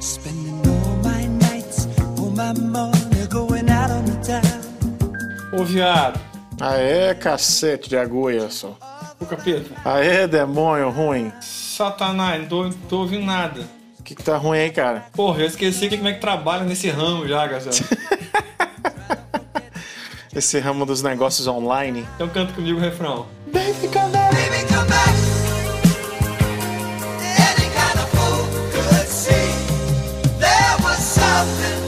Spending all my nights, all my money, going out on the town. Ô, viado. Aê, cacete de agulhaço. Ô, capeta. Aê, demônio ruim. Satanás, não tô, tô ouvindo nada. O que, que tá ruim aí, cara? Porra, eu esqueci que como é que trabalha nesse ramo já, Gazela. Esse ramo dos negócios online. Então canta comigo o refrão. Baby, come back. Any kind of fool could see there was something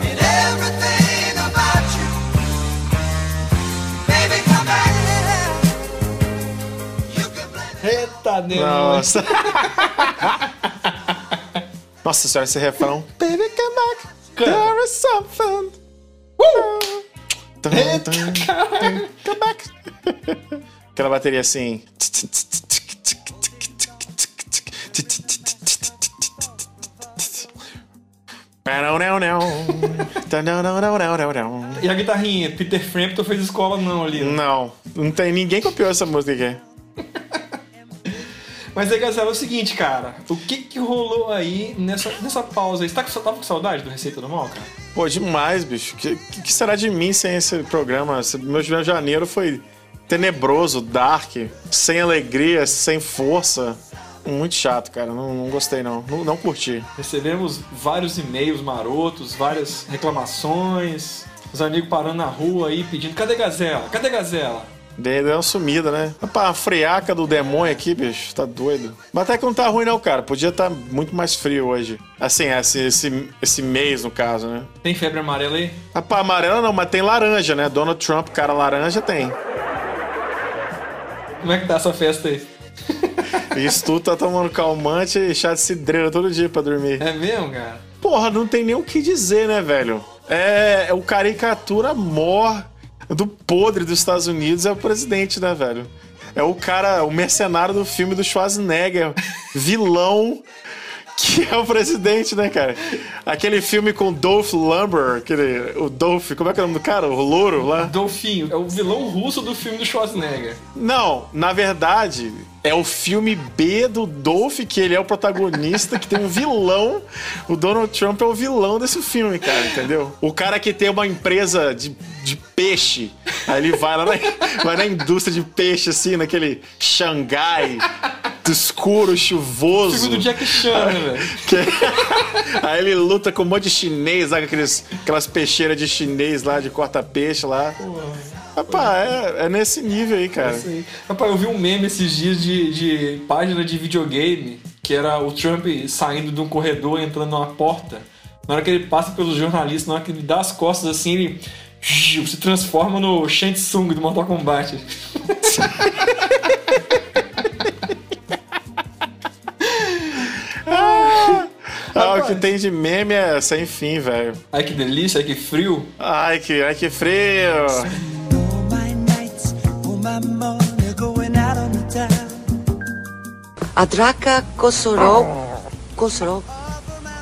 in everything about you. Baby, come back. You can blame it. Eita, Deus. Nossa. Nossa senhora, esse refrão. Baby, come Uh! back. There is something. Tum, tum, tum, Come back. Aquela bateria assim. Não, não, não. Não, não, não, não, não. E a guitarrinha? Peter Frampton fez escola não ali. né? Não, não tem ninguém copiou essa música aqui. Mas aí, Gazela, é o seguinte, cara. O que que rolou aí nessa, nessa pausa aí? Você tá com, tava com saudade do Receita do Mal, cara? Pô, demais, bicho. O que, que- que será de mim sem esse programa? Esse- Meu de janeiro foi tenebroso, dark, sem alegria, sem força. Muito chato, cara. Não, não gostei, não. não. Não curti. Recebemos vários e-mails marotos, várias reclamações. Os amigos parando na rua aí pedindo: cadê Gazela? Cadê Gazela? Dei deu uma sumida, né? Opa, a friaca do demônio aqui, bicho. Tá doido. Mas até que não tá ruim, não, cara. Podia estar muito mais frio hoje. Assim, esse, esse, esse mês, no caso, né? Tem febre amarela aí? Rapaz, amarela não, mas tem laranja, né? Donald Trump, cara laranja, tem. Como é que tá essa festa aí? Isso tudo tá tomando calmante e chá de cidreira todo dia pra dormir. É mesmo, cara? Porra, não tem nem o que dizer, né, velho? É, é o caricatura mor do podre dos Estados Unidos é o presidente, né, velho? É o cara, o mercenário do filme do Schwarzenegger, vilão que é o presidente, né, cara? Aquele filme com Dolph Lumber, aquele, o Dolph, como é que é o nome do cara? O louro lá? Dolfinho é o vilão russo do filme do Schwarzenegger. Não, na verdade, é o filme B do Dolph, que ele é o protagonista, que tem um vilão. O Donald Trump é o vilão desse filme, cara, entendeu? O cara que tem uma empresa de, de peixe. Aí ele vai lá na, vai na indústria de peixe, assim, naquele Xangai, escuro, O chuvoso. filme do Jack Chan, né, velho? Que- Aí ele luta com um monte de chinês, sabe? Aqueles, aquelas peixeiras de chinês lá, de corta-peixe lá. Rapaz, é, é nesse nível aí, cara. Sim. Rapaz, eu vi um meme esses dias de, de página de videogame que era o Trump saindo de um corredor, entrando numa porta. Na hora que ele passa pelos jornalistas, na hora que ele dá as costas assim, ele se transforma no Shang Tsung do Mortal Kombat. Ah, o que tem de meme é sem fim, velho. Ai que delícia, ai que frio. Ai que, ai que frio! All my nights, all my money, going out on the town. A draca cossorol. Cossorol?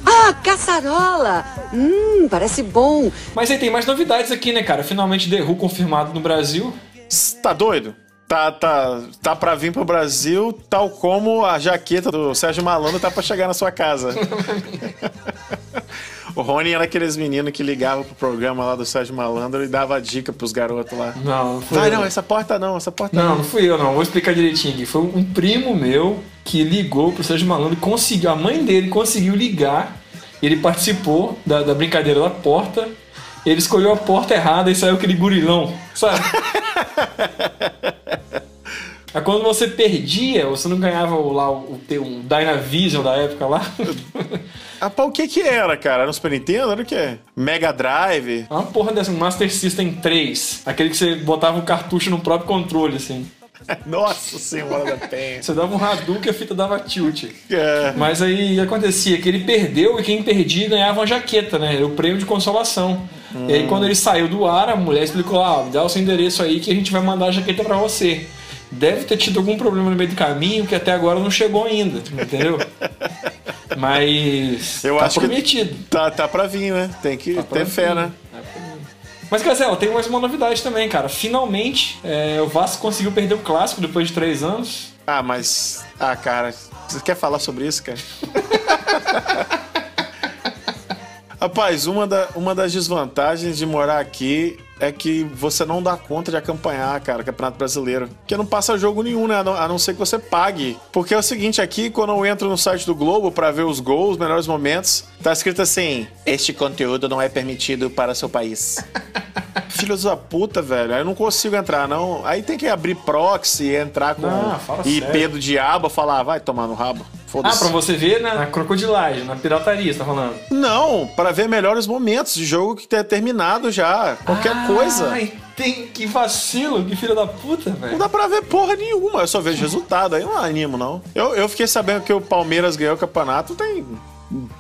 Ah, caçarola! Hum, parece bom. Mas aí tem mais novidades aqui, né, cara? Finalmente The Who confirmado no Brasil. Cê Tá doido? Tá, tá, tá pra vir pro Brasil, tal como a jaqueta do Sérgio Malandro tá pra chegar na sua casa. o Rony era aqueles meninos que ligavam pro programa lá do Sérgio Malandro e dava dica pros garotos lá. Não, não foi. Vai, não, essa porta não, essa porta Não, não fui eu, não. Vou explicar direitinho aqui. Foi um primo meu que ligou pro Sérgio Malandro, conseguiu. A mãe dele conseguiu ligar. e Ele participou da, da brincadeira da porta. Ele escolheu a porta errada e saiu aquele gurilão, sabe? Aí quando você perdia, você não ganhava o, lá o, o, teu- um Dynavision da época lá. Ah, pá, o que que era, cara? Era no Super Nintendo? Era o quê? Mega Drive? Uma porra dessa, um Master System 3. Aquele que você botava o cartucho no próprio controle, assim. Nossa Senhora da Penha. Você dava um Hadouken, a fita dava tilt. É. Mas aí acontecia que ele perdeu e quem perdia ganhava uma jaqueta, né? Era o prêmio de consolação. E aí quando ele saiu do ar, a mulher explicou: ah, dá o seu endereço aí que a gente vai mandar a jaqueta pra você. Deve ter tido algum problema no meio do caminho que até agora não chegou ainda, entendeu? Mas Eu tá acho prometido. Tá que tá, tá pra vir, né? Tem que ter fé, né? Mas, Casel, tem mais uma novidade também, cara. Finalmente, é, o Vasco conseguiu perder o clássico depois de três anos. Ah, mas. Ah, cara, você quer falar sobre isso, cara? Rapaz, uma, da- uma das desvantagens de morar aqui é que você não dá conta de acompanhar, cara, o Campeonato Brasileiro. Porque não passa jogo nenhum, né? A não, a não ser que você pague. Porque é o seguinte, aqui, quando eu entro no site do Globo pra ver os gols, os melhores momentos, tá escrito assim: Este conteúdo não é permitido para seu país. Filhos da puta, velho. Aí eu não consigo entrar, não. Aí tem que abrir proxy, entrar com Não, fala IP sério. do diabo, falar, ah, vai tomar no rabo. Ah, Foda-se. pra você ver né? na, na crocodilagem, na pirataria, você tá falando. Não, pra ver melhores momentos de jogo que ter terminado já. Qualquer Ah. coisa. Ai, tem que vacilo, que filho da puta, Não velho. dá pra ver porra nenhuma, eu só vejo resultado, aí não animo, não. Eu, eu fiquei sabendo que o Palmeiras ganhou o campeonato tem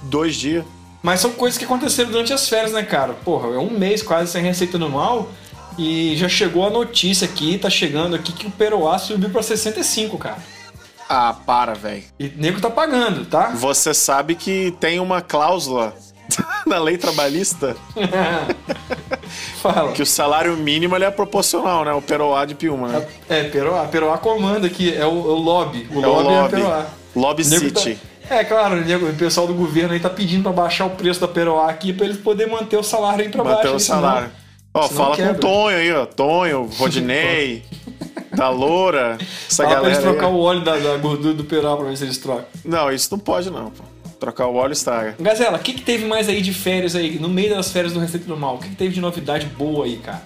dois dias. Mas são coisas que aconteceram durante as férias, né, cara? Porra, é um mês quase sem receita normal e já chegou a notícia aqui, tá chegando aqui que o Peroá subiu pra 65, cara. Ah, para, velho. E o nego tá pagando, tá? Você sabe que tem uma cláusula na lei trabalhista Fala. que o salário mínimo ele é proporcional, né? O peroá de Piuma, né? É, Peroá. Peroá comanda aqui, é o, é o lobby. O lobby, É o é o lobby. Peroá. Lobby O nego City. tá- É, claro, o, nego- o pessoal do governo aí tá pedindo pra baixar o preço da Peroá aqui pra eles poderem manter o salário aí pra Manter baixo. o aí, senão- salário. Ó, senão fala com quebra. o Tonho aí, ó. Tonho, Rodinei, da Loura, essa Fala pra galera. eles trocar aí. o óleo da, da gordura do Peroá pra ver se eles trocam. Não, isso não pode, não. pô. Trocar o óleo estraga. Gazela, o que, que teve mais aí de férias aí, no meio das férias do Receita Normal? O que, que teve de novidade boa aí, cara?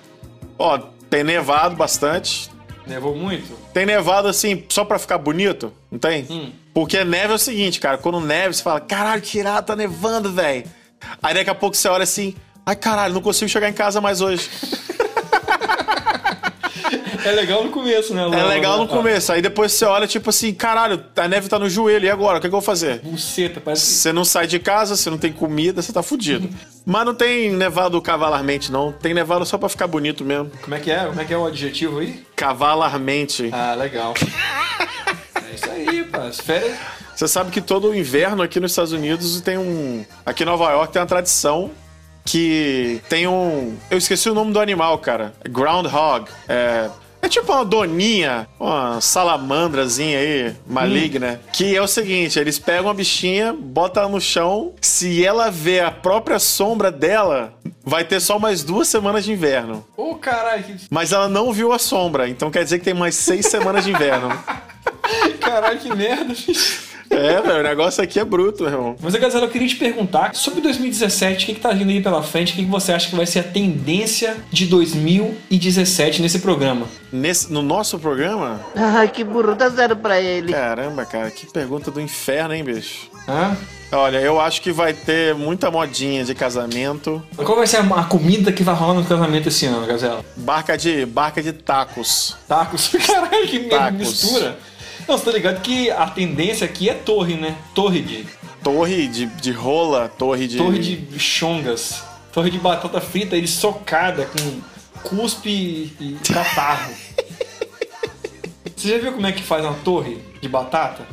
Ó, tem nevado bastante. Nevou muito? Tem nevado assim, só pra ficar bonito, não tem? Hum. Porque neve é o seguinte, cara. Quando neve, você fala, caralho, que irado, tá nevando, velho. Aí daqui a pouco você olha assim, ai caralho, não consigo chegar em casa mais hoje. É legal no começo, né? É Laura? legal no Ah, começo. Aí depois você olha, tipo assim, caralho, a neve tá no joelho, e agora? O que, que eu vou fazer? Buceta, parece Você não sai de casa, você não tem comida, você tá fudido. Mas não tem nevado cavalarmente, não. Tem nevado só pra ficar bonito mesmo. que... Como é que é? Como é que é o adjetivo aí? Cavalarmente. Ah, legal. é isso aí, pá. As férias... Você sabe que todo inverno aqui nos Estados Unidos tem um. Aqui em Nova York tem uma tradição que tem um. Eu esqueci o nome do animal, cara. Groundhog. É. É tipo uma doninha, uma salamandrazinha aí, maligna, que é o seguinte, eles pegam a bichinha, botam ela no chão, se ela vê a própria sombra dela, vai ter só mais duas semanas de inverno. Ô, caralho, que... Mas ela não viu a sombra, então quer dizer que tem mais seis semanas de inverno. Caralho, que merda, bicho. É, velho, o negócio aqui é bruto, meu irmão. Mas, Gazela, eu queria te perguntar sobre 2017, o que, que tá vindo aí pela frente? O que, que você acha que vai ser a tendência de 2017 nesse programa? Nesse- no nosso programa? Ah, que burro, dá zero pra ele. Caramba, cara, que pergunta do inferno, hein, bicho? Hã? Olha, eu acho que vai ter muita modinha de casamento, Qual vai ser a a comida que vai rolar no casamento esse ano, Gazela? barca de barca de tacos. Tacos? Caralho, que Tacos. mistura! Não, você tá ligado que a tendência aqui é torre, né? Torre de. Torre de, de rola, torre de. Torre de chongas. Torre de batata frita, ele socada com cuspe e e catarro. você já viu como é que faz uma torre de batata?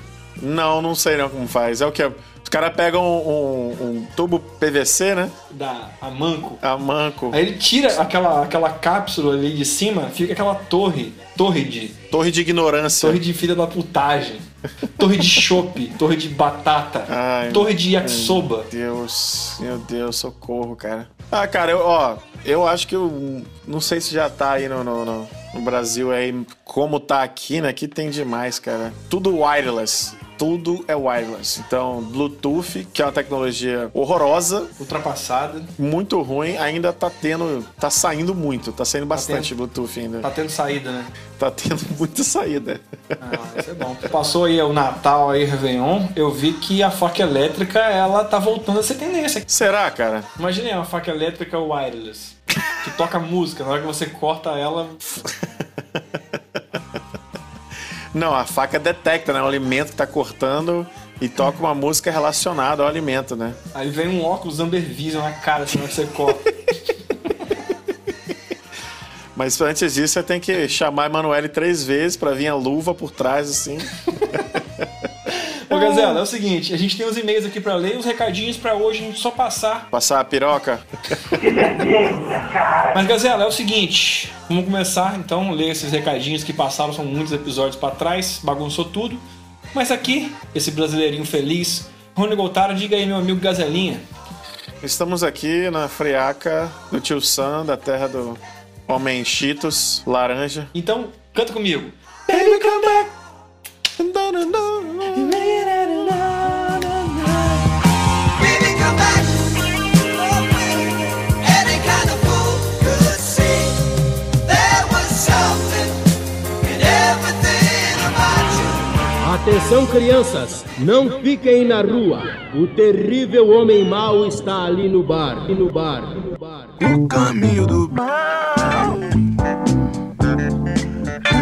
Não, não sei não como faz. É o que? Os caras pegam um, um- um tubo PVC, né? Da a manco. A manco. Aí ele tira aquela, aquela cápsula ali de cima, fica aquela torre. Torre de. Torre de ignorância. Torre de filha da putagem. Torre de chope. torre de batata. Ai, torre de yakisoba. Deus, meu Deus, socorro, cara. Ah, cara, eu, ó, eu acho que eu não sei se já tá aí no, no, no- no Brasil aí, como tá aqui, né? Aqui tem demais, cara. Tudo wireless. Tudo é wireless. Então, Bluetooth, que é uma tecnologia horrorosa, Ultrapassada. muito ruim, ainda tá tendo. tá saindo muito, tá saindo bastante tendo. Bluetooth ainda. Tá tendo saída, né? Tá tendo muita saída. Ah, isso é bom. Passou aí o Natal aí, Réveillon. Eu vi que a faca elétrica, ela tá voltando a ser tendência. Será, cara? Imagine uma faca elétrica wireless. Que toca música. Na hora que você corta ela. Não, a faca detecta, né? O alimento que tá cortando e toca uma música relacionada ao alimento, né? Aí vem um óculos Amber Vision na cara, assim, na hora que você corta. Mas antes disso, você tem que chamar a Emanuele três vezes pra vir a luva por trás, assim. Ô, Gazela, é o seguinte, a gente tem os e-mails aqui pra ler, os recadinhos pra hoje a gente só passar. Passar a piroca. Mas, Gazela, é o seguinte, vamos começar, então, ler esses recadinhos que passaram, são muitos episódios pra trás, bagunçou tudo. Mas aqui, esse brasileirinho feliz, Rony Goltaro, diga aí, meu amigo Gazelinha, Estamos aqui na friaca do tio Sam, da terra do homem Cheetos, laranja. Então, canta comigo. Baby, come back. Baby, come back. Any kind of fool could see there was something in everything about you. Atenção, crianças! Não fiquem na rua! O terrível homem mau está ali no bar. ali No bar. no bar. O caminho do mal.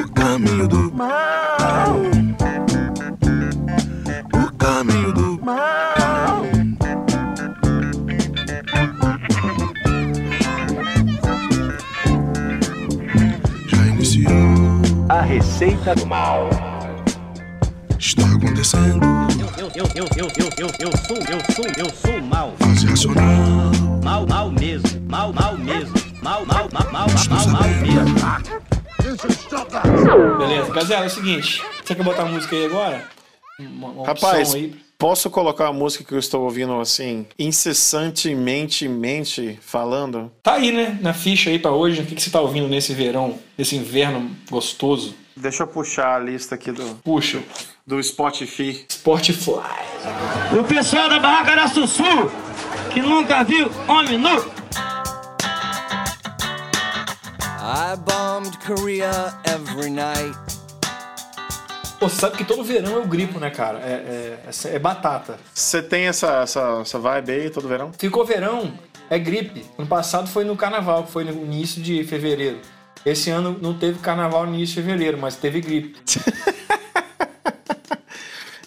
O caminho do mal. O caminho do mal. Já iniciou. A receita do mal. Está acontecendo. Eu, eu, eu, eu, eu, eu, eu sou, eu sou, eu sou mal. Fase racional. Mal, mal mesmo. Mal, mal mesmo. Mal, mal, mal, mal, mal, Estamos mal mesmo. sabendo. Beleza, Gazela, é o seguinte, você quer botar a música aí agora? Uma, uma Rapaz, opção aí. posso colocar a música que eu estou ouvindo assim, incessantemente, mente falando? Tá aí, né, na ficha aí pra hoje, o que, que você tá ouvindo nesse verão, nesse inverno gostoso? Deixa eu puxar a lista aqui do, Puxa, do Spotify. Sportfly. O pessoal da Barraca da Sussu, que nunca viu homem nu. I bombed Korea every night. Pô, você sabe que todo verão eu gripo, né, cara? É, é- é- é batata. Você tem essa, essa, essa vibe aí todo verão? Ficou verão, é gripe. Ano passado foi no carnaval, que foi no início de fevereiro. Esse ano não teve carnaval no início de fevereiro, mas teve gripe.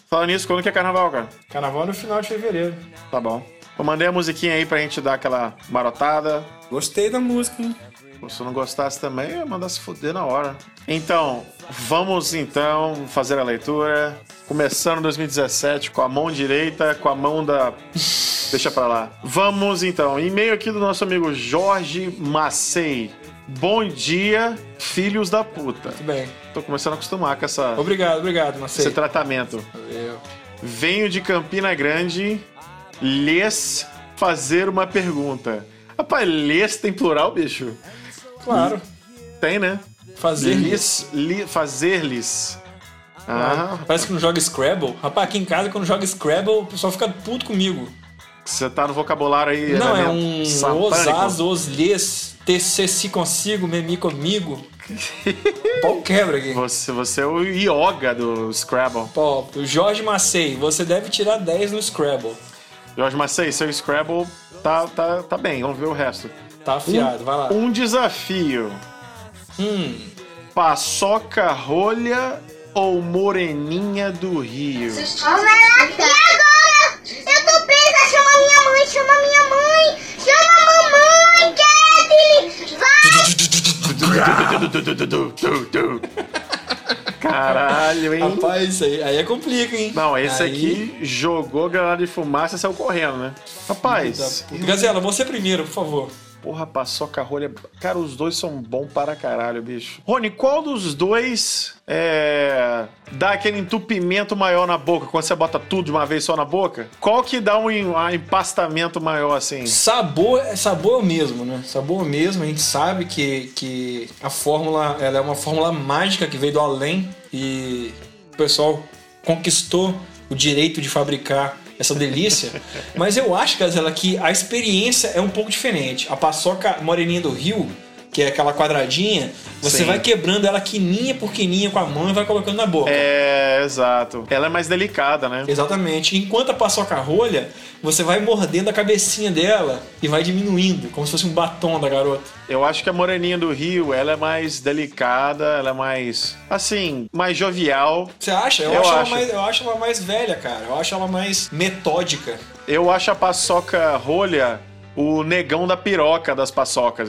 Falando nisso, quando que é carnaval, cara? Carnaval no final de fevereiro. Tá bom. Eu mandei a musiquinha aí pra gente dar aquela marotada. Gostei da música, hein? Se não gostasse também, eu ia mandar se fuder na hora. Então, vamos então fazer a leitura. Começando 2017 com a mão direita, com a mão da. Deixa pra lá. Vamos então. E-mail aqui do nosso amigo Jorge Macei. Bom dia, filhos da puta. Muito bem. Tô começando a acostumar com essa, Obrigado, obrigado, esse Marcelo. tratamento. Valeu. Venho de Campina Grande lhes fazer uma pergunta. Rapaz, lhes tem plural, bicho? Claro. Tem, né? Fazer isso. Lhes, li, fazer-lhes. Ah, Parece que não joga Scrabble. Rapaz, aqui em casa, quando joga Scrabble, o pessoal fica puto comigo. você tá no vocabulário aí. não, né, é um satânico. osas, oslês, TC se consigo, memi comigo. Pau quebra aqui. Você, você é o ioga do Scrabble. Ó, o Jorge Macei, você deve tirar 10 no Scrabble. Jorge Macei, seu Scrabble tá, tá, tá bem, vamos ver o resto. Tá afiado, vai lá. Um desafio. Hum, Paçoca rolha ou moreninha do Rio? Vamos lá, e agora? Eu tô presa, chama minha mãe, chama minha mãe, chama a mamãe, Kevin! Vai! Caralho, hein? rapaz, isso aí, aí é complica, hein? Não, esse Aí- aqui jogou granada de fumaça e saiu correndo, né? tá Rapaz, Puta. Gazela, você primeiro, por favor. porra, paçoca rolha. Cara, os dois são bons para caralho, bicho. Rony, qual dos dois é. dá aquele entupimento maior na boca quando você bota tudo de uma vez só na boca? Qual que dá um, em- um empastamento maior assim? Sabor é sabor é o mesmo, né? Sabor é o mesmo, a gente sabe que, que a fórmula ela é uma fórmula mágica que veio do além e o pessoal conquistou o direito de fabricar essa delícia. Mas eu acho, Gazela, que a experiência é um pouco diferente. A paçoca moreninha do Rio, que é aquela quadradinha, você Sim. vai quebrando ela quininha por quininha com a mão e vai colocando na boca. É, exato. Ela é mais delicada, né? Exatamente. Enquanto a paçoca rolha, você vai mordendo a cabecinha dela e vai diminuindo, como se fosse um batom da garota. Eu acho que a moreninha do Rio, ela é mais delicada, ela é mais, assim, mais jovial. Você acha? Eu, acho, Ela mais, eu acho ela mais velha, cara. Eu acho ela mais metódica. Eu acho a paçoca rolha o negão da piroca das paçocas,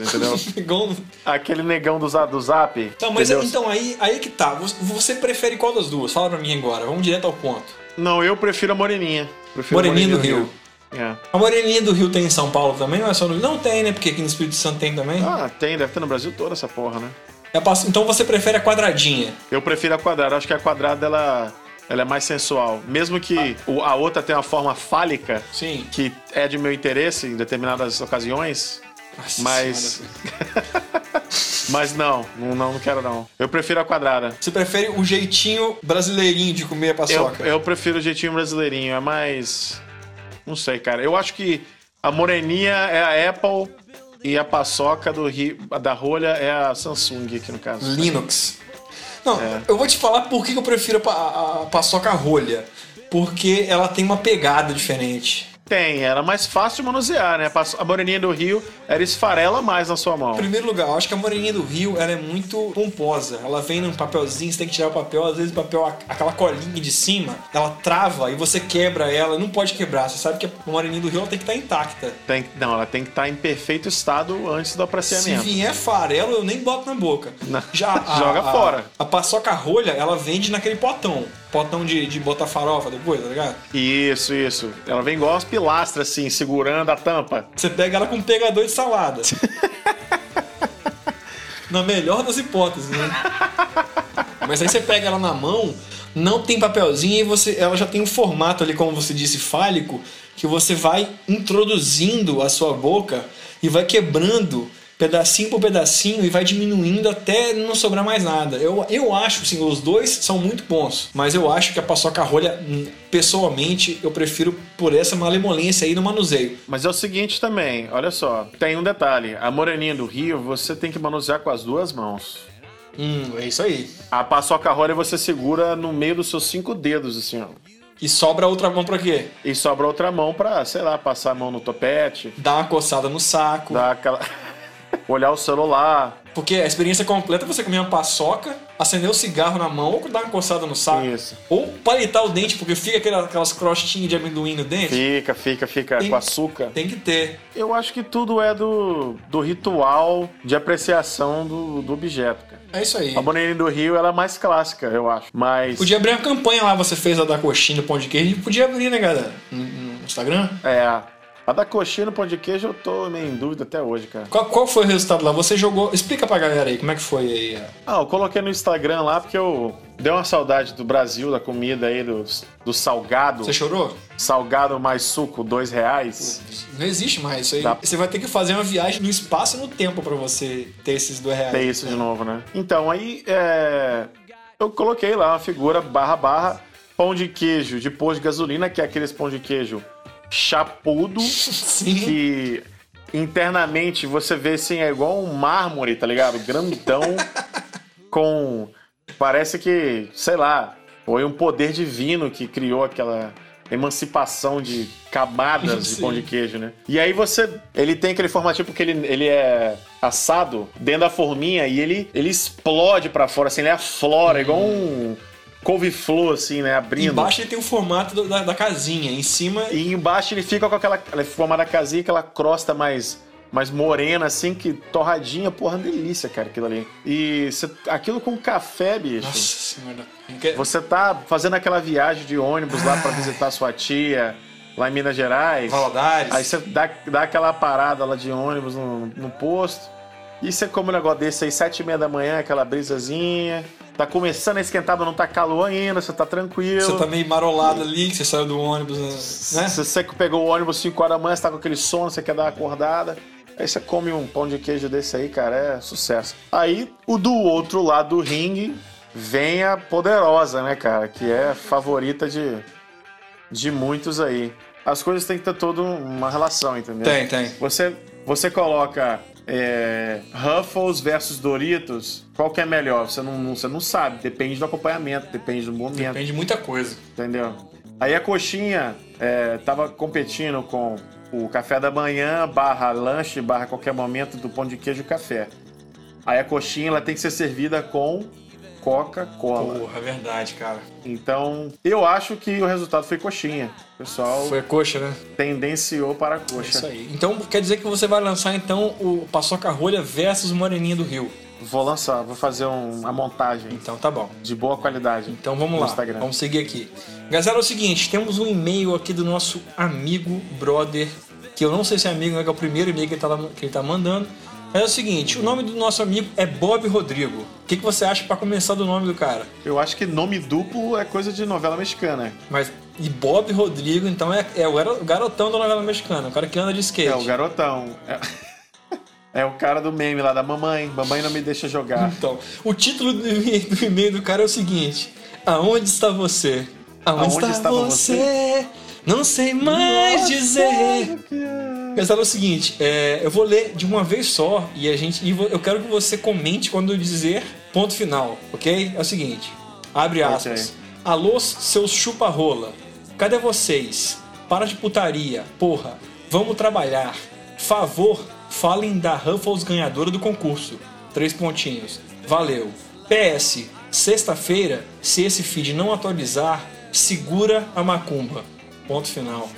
entendeu? negão... Aquele negão do, za- do zap. Então, um- mas entendeu? então aí, aí que tá. Você- Você prefere qual das duas? Fala pra mim agora. Vamos direto ao ponto. Não, eu prefiro a moreninha. Prefiro a Moreninha do Rio. É. A Moreninha do Rio tem em São Paulo também? Não é só no Não tem, né? Porque aqui no Espírito Santo tem também. Ah, tem, deve ter no Brasil toda essa porra, né? É passo- Então você prefere a quadradinha. Eu prefiro a quadrada. Acho que a quadrada ela, ela é mais sensual. Mesmo que o- a outra tenha uma forma fálica, Sim. que é de meu interesse em determinadas ocasiões. Nossa mas. mas não, não, não quero não. Eu prefiro a quadrada. Você prefere o jeitinho brasileirinho de comer a Eu, paçoca? eu prefiro o jeitinho brasileirinho, é mais. Não sei, cara. Eu acho que a moreninha é a Apple e a paçoca do Ri- da rolha é a Samsung aqui no caso. Linux. Não, É. eu vou te falar por que que eu prefiro a, pa- a- a paçoca rolha. Porque ela tem uma pegada diferente. Tem, era mais fácil de manusear, né? Passo- A moreninha do Rio era esfarela mais na sua mão. Em primeiro lugar, eu acho que a moreninha do Rio ela é muito pomposa. Ela vem num papelzinho, você tem que tirar o papel, às vezes o papel, aquela colinha de cima, ela trava e você quebra ela, não pode quebrar. Você sabe que a moreninha do Rio ela tem que estar intacta. Tem- não, ela tem que estar em perfeito estado antes do Se apreciamento. vier farelo, eu nem boto na boca. é Não. Já a- Joga a- fora. A paçoca rolha, ela vende naquele potão. Potão de, de botar farofa depois, tá ligado? Isso, isso. Ela vem igual umas pilastras, assim, segurando a tampa. Você pega ela com um pegador de salada. na melhor das hipóteses, né? Mas aí você pega ela na mão, não tem papelzinho e você, ela já tem um formato ali, como você disse, fálico, que você vai introduzindo a sua boca e vai quebrando pedacinho por pedacinho e vai diminuindo até não sobrar mais nada. Eu, eu acho, assim, os dois são muito bons, mas eu acho que a paçoca rolha, hum, pessoalmente, eu prefiro por essa malemolência aí no manuseio. Mas é o seguinte também, olha só. Tem um detalhe. A moreninha do Rio, você tem que manusear com as duas mãos. Hum, é isso aí. A paçoca rolha você segura no meio dos seus cinco dedos, assim, ó. E sobra outra mão pra quê? E sobra outra mão pra, sei lá, passar a mão no topete, Dá uma coçada no saco. dar aquela... olhar o celular, Porque a experiência completa é você comer uma paçoca, acender o cigarro na mão ou dar uma coçada no saco. Isso. Ou palitar o dente, porque fica aquela- aquelas crostinhas de amendoim no dente. Fica, fica, fica Tem- com açúcar. Tem que ter. Eu acho que tudo é do, do ritual de apreciação do, do objeto, cara. É isso aí. A Boneirinha do Rio ela é mais clássica, eu acho. Mas. Podia abrir uma campanha lá, você fez a da coxinha do pão de queijo. Podia abrir, né, galera? No, no Instagram. É. A da coxinha no pão de queijo eu tô meio em dúvida até hoje, cara. Qual, qual foi o resultado lá? Você jogou... Explica pra galera aí, como é que foi aí. ó. Ah, eu coloquei no Instagram lá porque eu. Deu uma saudade do Brasil, da comida aí, do, do salgado. Você chorou? Salgado mais suco, dois reais. Não existe mais isso aí. Dá- Você vai ter que fazer uma viagem no espaço e no tempo pra você ter esses dois reais. Tem isso de novo, né? Então, aí é, eu coloquei lá uma figura barra barra pão de queijo de pôr de gasolina, que é aqueles pão de queijo chapudo, Sim. que internamente você vê assim, é igual um mármore, tá ligado? Grandão, com. Parece que, sei lá, foi um poder divino que criou aquela emancipação de camadas de Sim. pão de queijo, né? E aí você. Ele tem aquele formatinho porque ele, ele é assado dentro da forminha e ele, ele explode pra fora, assim, ele aflora, igual um couve-flor, assim, né? Abrindo. Embaixo ele tem o formato do- da, da casinha, em cima. E embaixo ele fica com aquela aquela forma da casinha, aquela crosta mais, mais morena, assim, que torradinha, porra, uma delícia, cara, aquilo ali. E cê- aquilo com café, bicho. Nossa senhora. Que- Você tá fazendo aquela viagem de ônibus lá pra visitar sua tia, lá em Minas Gerais. Valadares. Aí você dá, dá aquela parada lá de ônibus no, no posto. E você come um negócio desse aí, sete e meia da manhã, aquela brisazinha. Tá começando a esquentar, mas não tá calor ainda, você tá tranquilo. Você tá meio marolado ali, que você saiu do ônibus, né? né? Se você que pegou o ônibus 5 horas da manhã, você tá com aquele sono, você quer dar uma acordada. Aí você come um pão de queijo desse aí, cara, é sucesso. Aí, o do outro lado do ringue, vem a poderosa, né, cara? Que é a favorita de, de muitos aí. As coisas têm que ter toda uma relação, entendeu? Tem, tem. Você, você coloca é, Ruffles versus Doritos, qual que é melhor? Você não, não- você não sabe, depende do acompanhamento, depende do momento. Depende de muita coisa. Entendeu? Aí a coxinha é, tava competindo com o café da manhã, barra lanche, barra qualquer momento do pão de queijo e café. Aí a coxinha ela tem que ser servida com Coca-Cola. Porra, é verdade, cara. Então, eu acho que o resultado foi coxinha. O pessoal Foi a coxa, né? tendenciou para a coxa. Isso aí. Então quer dizer que você vai lançar então o Paçoca Rolha versus Moreninha do Rio. Vou lançar, vou fazer um- uma montagem. Então tá bom. De boa qualidade. Então vamos no lá, Instagram. vamos seguir aqui. Gazela, é o seguinte, temos um e-mail aqui do nosso amigo, brother, que eu não sei se é amigo, não é que é o primeiro e-mail que ele, tá, lá- que ele tá mandando. Mas é o seguinte, o nome do nosso amigo é Bob Rodrigo. O que, que você acha pra começar do nome do cara? Eu acho que nome duplo é coisa de novela mexicana. Mas e Bob Rodrigo, então é, é o garo- garotão da novela mexicana, o cara que anda de skate. É o garotão. É, é o cara do meme lá da mamãe. Mamãe não me deixa jogar. Então, o título do e- do e-mail do cara é o seguinte: Aonde está você? Aonde, Aonde está, estava você? você? Não sei mais Nossa, dizer. Pensaram o seguinte: é, eu vou ler de uma vez só e a gente, e vo- eu quero que você comente quando eu dizer ponto final, ok? É o seguinte: abre aspas. Alô, seus chupa-rola. Cadê vocês? Para de putaria, porra. Vamos trabalhar. Favor, falem da Ruffles ganhadora do concurso. Três pontinhos. Valeu. PS, sexta-feira, se esse feed não atualizar, segura a macumba. Ponto final.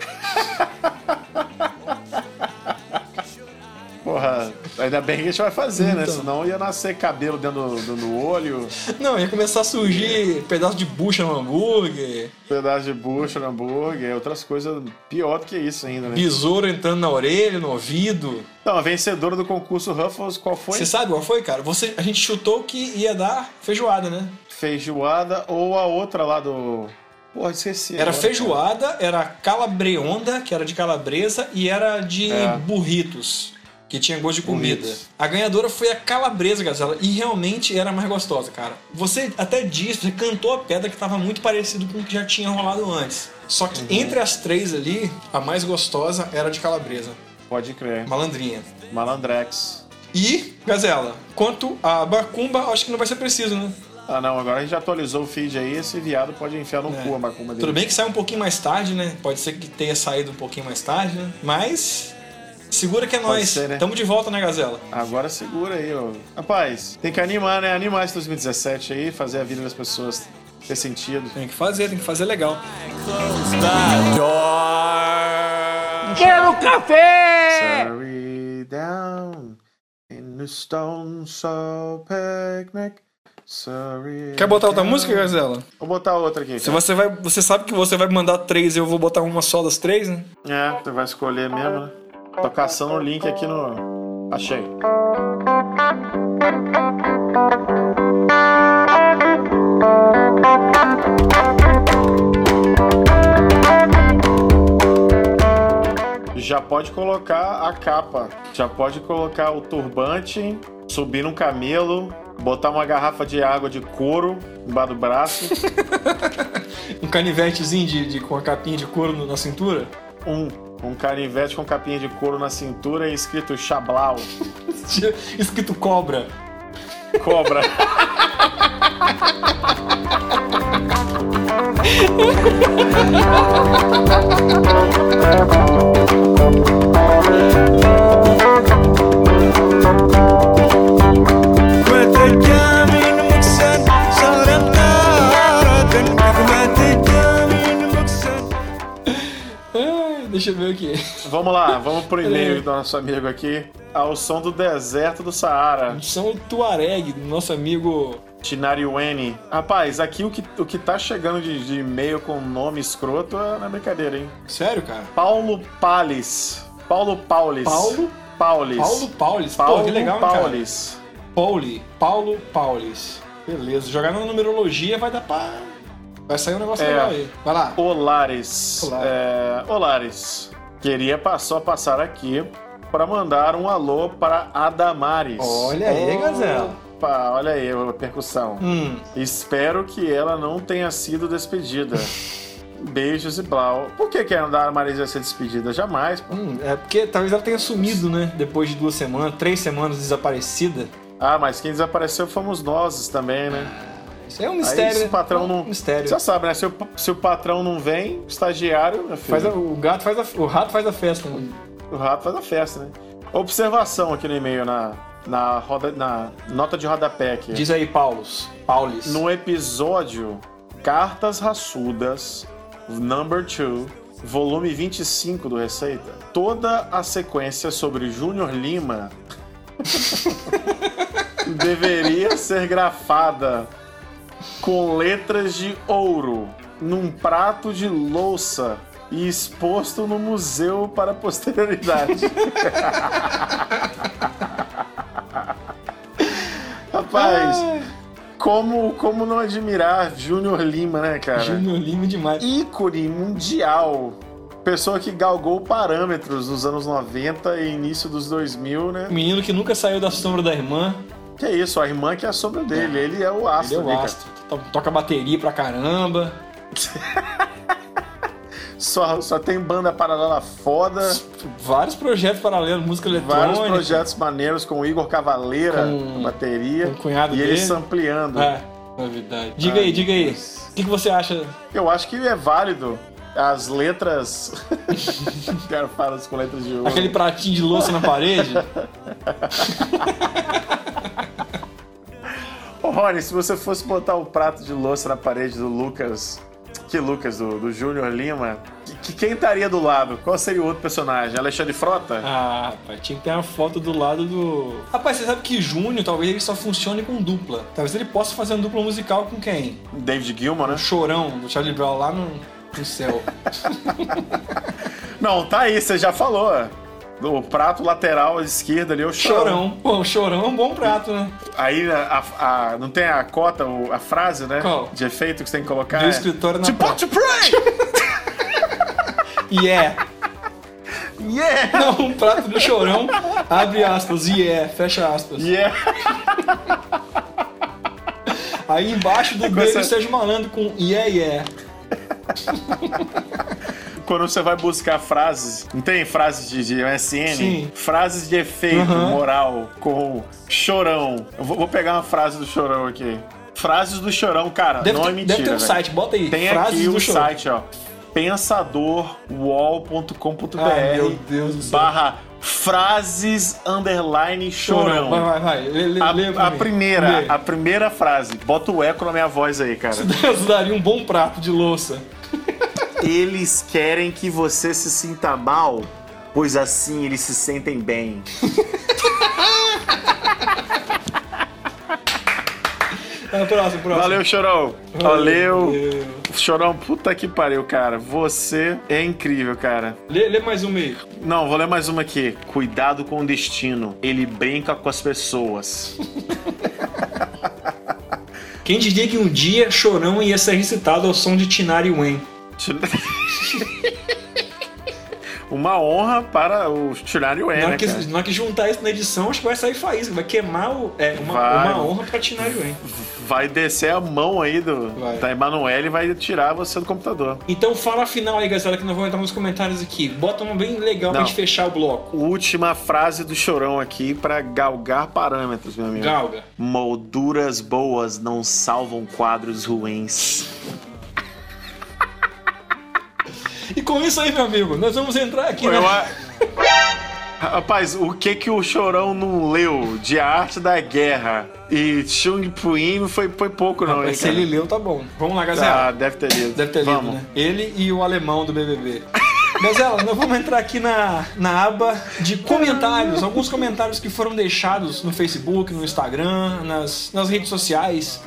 Porra, ainda bem que a gente vai fazer, né? Então. Senão ia nascer cabelo dentro do, do- do olho, Não, ia começar a surgir pedaço de bucha no hambúrguer, pedaço de bucho no hambúrguer, outras coisas pior do que isso ainda, né? besouro entrando na orelha, no ouvido. Então, a vencedora do concurso Ruffles, qual foi? Você sabe qual foi, cara? Você, a gente chutou que ia dar feijoada, né? Feijoada ou a outra lá do. Porra, esqueci. Era agora, feijoada, era calabreonda, que era de calabresa, e era de É. burritos, que tinha gosto de comida. Burritos. A ganhadora foi a calabresa, Gazela, e realmente era a mais gostosa, cara. Você até disse, você cantou a pedra que tava muito parecido com o que já tinha rolado antes. Só Uhum. que entre as três ali, a mais gostosa era a de calabresa, cara. Pode crer. malandrinha. Malandrex. E, Gazela, quanto a Bacumba, acho que não vai ser preciso, né? Ah, não, agora a gente atualizou o feed aí. Esse viado pode enfiar no É. cu a macumba dele. Tudo bem que sai um pouquinho mais tarde, né? Pode ser que tenha saído um pouquinho mais tarde, né? Mas segura que é Pode nóis. ser, né? Tamo de volta, né, Gazela? Agora segura aí, ó. Rapaz, tem que animar, né? Animar esse 2017 aí, fazer a vida das pessoas ter sentido. Tem que fazer, tem que fazer legal. Quero café! Sorry down in the stone so picnic. Sorry. Quer botar outra down. música, Gazela? Vou botar outra aqui. Se cara. você vai. Você sabe que você vai mandar três e eu vou botar uma só das três, né? É, você vai escolher mesmo, né? Tô caçando o link aqui no. Achei. Já pode colocar a capa, já pode colocar o turbante, subir num camelo, botar uma garrafa de água de couro embaixo do braço, Um canivetezinho de, de- com a capinha de couro no- na cintura. um, um canivete com capinha de couro na cintura e escrito Xablau. Escrito cobra. Cobra. Ai, deixa eu ver aqui. Vamos lá, vamos pro e-mail do nosso amigo aqui. Ao som do deserto do Saara, São Tuareg, do nosso amigo. Tinariuene. Rapaz, aqui o que, o que tá chegando de, de e-mail com nome escroto é na brincadeira, hein? Sério, cara? Paulo Pales. Paulo Paulis. Paulo? Paulis. Paulo Paulis. Pô, que Paulo legal, hein, cara. Paulis. Pauli, Paulo Paulis. Beleza, jogar na numerologia vai dar pra. Vai sair um negócio É. legal aí. Vai lá. Olares. Olares. É, Olares. Queria pa- só passar aqui para mandar um alô para Adamares. Olha aí, Gazela. Opa, olha aí a percussão. Hum, Espero que ela não tenha sido despedida. Beijos e blau. Por que que a Ana Marisa ia ser despedida? Jamais, pô. é porque talvez ela tenha sumido, né? Depois de duas semanas, três semanas desaparecida. Ah, mas quem desapareceu fomos nós também, né? Isso é um mistério, Aí, se né? o patrão É um não... mistério. Você sabe, né? Se o, se o patrão não vem, o estagiário... meu filho, Faz a- o gato faz a, o rato faz a festa. né? O rato faz a festa, né? Observação aqui no e-mail, na, na, roda, na nota de rodapé aqui. Diz aí, Paulos. Paulis. No episódio Cartas Raçudas, number 2, volume 25 do Receita, toda a sequência sobre Júnior Lima deveria ser grafada com letras de ouro num prato de louça e exposto no museu para a posterioridade. Rapaz, como, como não admirar Júnior Lima, né, cara? Júnior Lima demais. Ícone mundial. Pessoa que galgou parâmetros nos anos 90 e início dos 2000, né? Menino que nunca saiu da sombra da irmã. Que é isso, a irmã que é a sombra dele. Ele é o Ele astro, é o ali, cara. astro. To- Toca bateria pra caramba. Só, só tem banda paralela foda, Vários projetos paralelos, música vários eletrônica. projetos maneiros com o Igor Cavaleira Com- na bateria. com o cunhado e ele dele. se ampliando. É, novidade. Diga Ai, aí, diga aí. Deus. O que, que você acha? Eu acho que é válido as letras. Garfadas com letras de ouro. Aquele pratinho de louça na parede? Ô, Rony, se você fosse botar o prato de louça na parede do Lucas. Que Lucas, do, do Júnior Lima. Que, que- quem estaria do lado? Qual seria o outro personagem? Alexandre Frota? Ah, rapaz, tinha que ter uma foto do lado do. Rapaz, você sabe que Júnior talvez ele só funcione com dupla. Talvez ele possa fazer uma dupla musical com quem? David Gilman, né? O Chorão, do Charlie Brown lá no, no céu. Não, tá aí, você já falou. O prato lateral à esquerda ali é o chorão. Chorão. Pô, o Chorão é um bom prato, né? Aí a, a- a- não tem a cota, o- a frase, né? Qual? De efeito que você tem que colocar. Do escritório na To porta. pop to pray! E é. Yeah! Não, um prato do Chorão, abre aspas, e é, fecha aspas. Yeah! Aí embaixo do dele essa- o Sérgio Malandro com e é, e é. Quando você vai buscar frases, não tem frases de, de MSN? Sim. Frases de efeito Uhum. moral com chorão. Eu vou, vou pegar uma frase do chorão aqui. Frases do chorão, cara, Deve, não é ter, mentira. deve ter um velho. site, bota aí. Tem frases aqui do o Chorão. site, ó. pensadorwall.com.br Ai, meu Deus do céu. barra frases underline Chorão. chorão. Vai, vai, vai. Lê, lê, lê pra A, a mim. primeira, Lê. a primeira frase. Bota o eco na minha voz aí, cara. Deus daria um bom prato de louça. Eles querem que você se sinta mal, pois assim eles se sentem bem. Tá, próximo, próximo. Valeu, Chorão. Valeu. Valeu. Chorão, puta que pariu, cara. Você é incrível, cara. Lê, lê mais um uma aí. Não, vou ler mais uma aqui. Cuidado com o destino. Ele brinca com as pessoas. Quem diria que um dia Chorão ia ser recitado ao som de Tinari Wen? Uma honra para o Tirari Wen, Na hora, né, que, cara? na hora que juntar isso na edição, acho que vai sair faísca. Vai queimar o, é, uma, Vai. uma honra pra Tinari Wen. Vai descer a mão aí do, Vai. da Emanuele e vai tirar você do computador. Então fala a final aí, galera, que nós vamos entrar nos comentários aqui. Bota uma bem legal pra Não. gente fechar o bloco. Última frase do Chorão aqui pra galgar parâmetros, meu amigo. Galga. Molduras boas não salvam quadros ruins. E com isso aí, meu amigo, nós vamos entrar aqui Eu na... a- Rapaz, o que que o Chorão não leu de A Arte da Guerra e Chung Puim foi, foi pouco, não, hein, Mas se cara? ele leu, tá bom. Vamos lá, Ah, Gazela. deve ter lido. Deve ter lido, Vamos. né? Ele e o alemão do BBB. Gazela, nós vamos entrar aqui na, na aba de comentários. Alguns comentários que foram deixados no Facebook, no Instagram, nas, nas redes sociais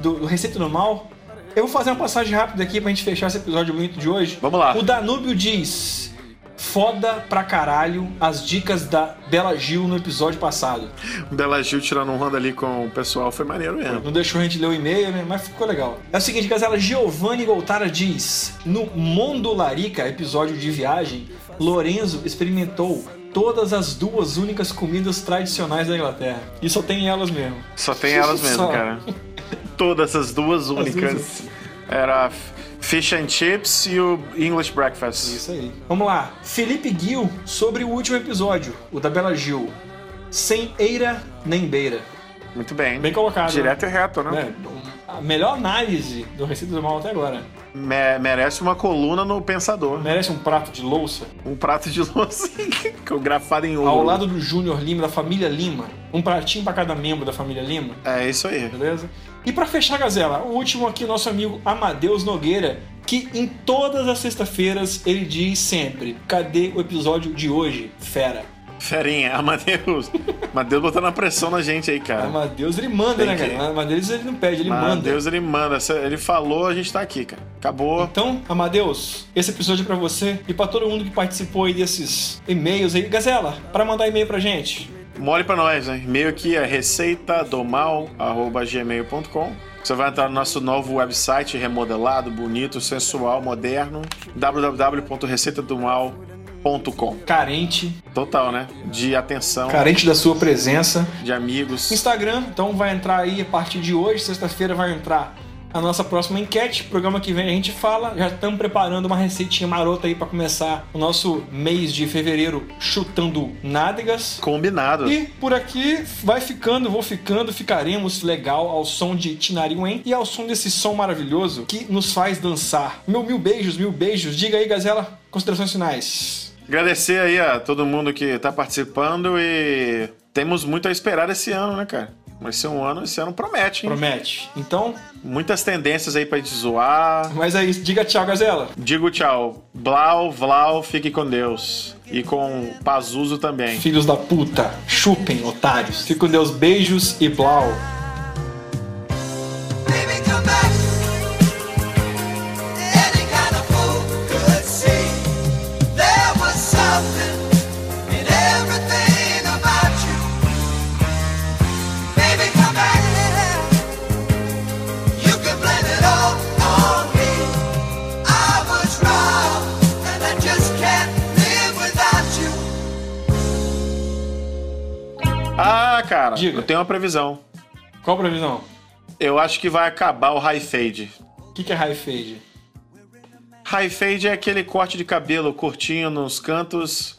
do, do Receita Normal. Eu vou fazer uma passagem rápida aqui pra gente fechar esse episódio bonito de hoje. Vamos lá. O Danúbio diz... Foda pra caralho as dicas da Bela Gil no episódio passado. Bela Gil tirando um rondo ali com o pessoal foi maneiro mesmo. Não deixou a gente ler o e-mail, né? Mas ficou legal. É o seguinte, casela, Giovanni Goltara diz: No Mondolarica, episódio de viagem, Lorenzo experimentou todas as duas únicas comidas tradicionais da Inglaterra. E só é tem elas mesmo. Só tem elas mesmo, Só. cara. Todas as duas únicas. Era Fish and Chips e o English Breakfast. Isso aí. Vamos lá. Felipe Gil sobre o último episódio, o da Bela Gil. Sem eira nem beira. Muito bem. Bem colocado. Direto e reto, né? É, a melhor análise do Receita do Mal até agora. Me- merece uma coluna no Pensador. Merece um prato de louça. Um prato de louça que eu grafado em ouro. É. Ao lado do Júnior Lima, da família Lima. Um pratinho pra cada membro da família Lima. É isso aí. Beleza? E pra fechar, Gazela, o último aqui, nosso amigo Amadeus Nogueira, que em todas as sextas-feiras ele diz sempre: cadê o episódio de hoje, fera? Ferinha, Amadeus. Amadeus botando a pressão na gente aí, É. cara. Amadeus, ele manda, Tem né, que- cara? Amadeus, ele não pede, ele manda. Amadeus, ele manda. Se Ele falou, a gente tá aqui, cara. Acabou. Então, Amadeus, esse episódio é pra você e pra todo mundo que participou aí desses e-mails aí. Gazela, pra mandar e-mail pra gente. Mole pra nós, né? E-mail aqui é receitadomal.gmail.com Você vai entrar no nosso novo website remodelado, bonito, sensual, moderno. www.receitadomal.com Carente. Total, né? De atenção, Carente da sua presença. de amigos. Instagram, então vai entrar aí a partir de hoje, sexta-feira vai entrar a nossa próxima enquete. Programa que vem a gente fala. Já estamos preparando uma receitinha marota aí pra começar o nosso mês de fevereiro chutando nádegas. Combinado. E por aqui vai ficando, vou ficando, ficaremos legal ao som de Tinariwen e ao som desse som maravilhoso que nos faz dançar. Meu mil beijos, mil beijos. Diga aí, Gazela, considerações finais. Agradecer aí a todo mundo que tá participando e temos muito a esperar esse ano, né, cara? Vai ser um ano, esse ano promete, hein? Promete. Então, Muitas tendências aí pra gente zoar. mas é isso. Diga tchau, Gazela. Digo tchau. Blau, Vlau, fique com Deus. E com Pazuzu também. Filhos da puta, chupem, otários. Fique com Deus, beijos e blau. Baby, come back. Any kind of fool could see there was something in everything about you. Baby, come back. You can blame it all on me. I was wrong, and I just can't live without you. Ah, cara, Diga. eu tenho uma previsão. Qual a previsão? Eu acho que vai acabar o high fade. O que, que é high fade? High fade é aquele corte de cabelo curtinho nos cantos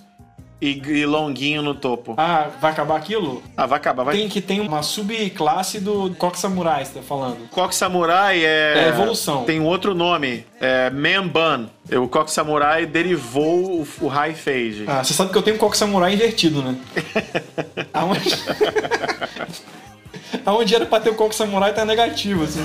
e, e longuinho no topo. Ah, vai acabar aquilo? Ah, vai acabar, vai. Tem que tem uma subclasse do Coque Samurai, você tá falando. Coque Samurai é. É evolução. Tem um outro nome. É Man Bun. O Coque Samurai derivou o, o High Fade. Ah, você sabe que eu tenho um Coque Samurai invertido, né? Aonde... Aonde era pra ter o Coque Samurai tá negativo, assim.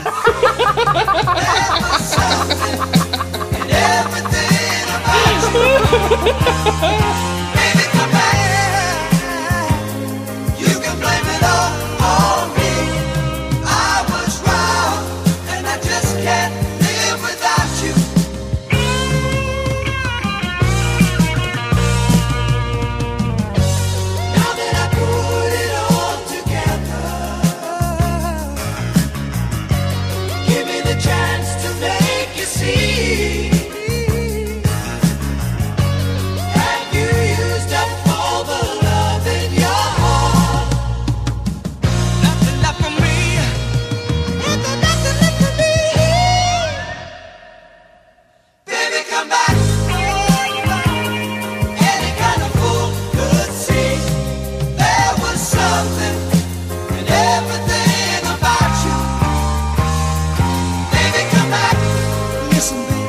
Chance to make you see have you used up all the love in your heart? Nothing left for me. Nothing, nothing left for me. Baby, come back. Any kind of fool could see there was something in everything about you. Baby, come back. Listen, baby.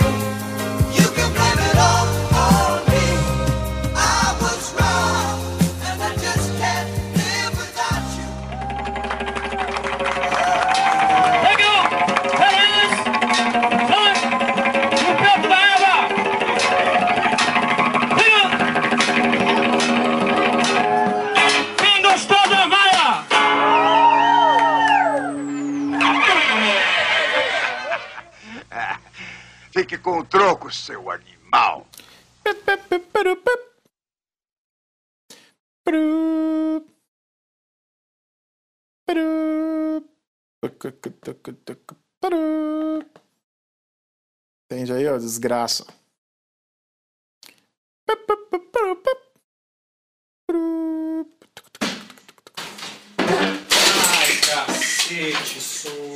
You can blame it all on me. I was wrong, and I just can't live without you. Legal! Feliz! Sangue! O pé da Eva! Viu? Quem gostou da vaia? Fique com o troco, seu animal. Entende aí, ó, desgraça. Ai, cacete, sou.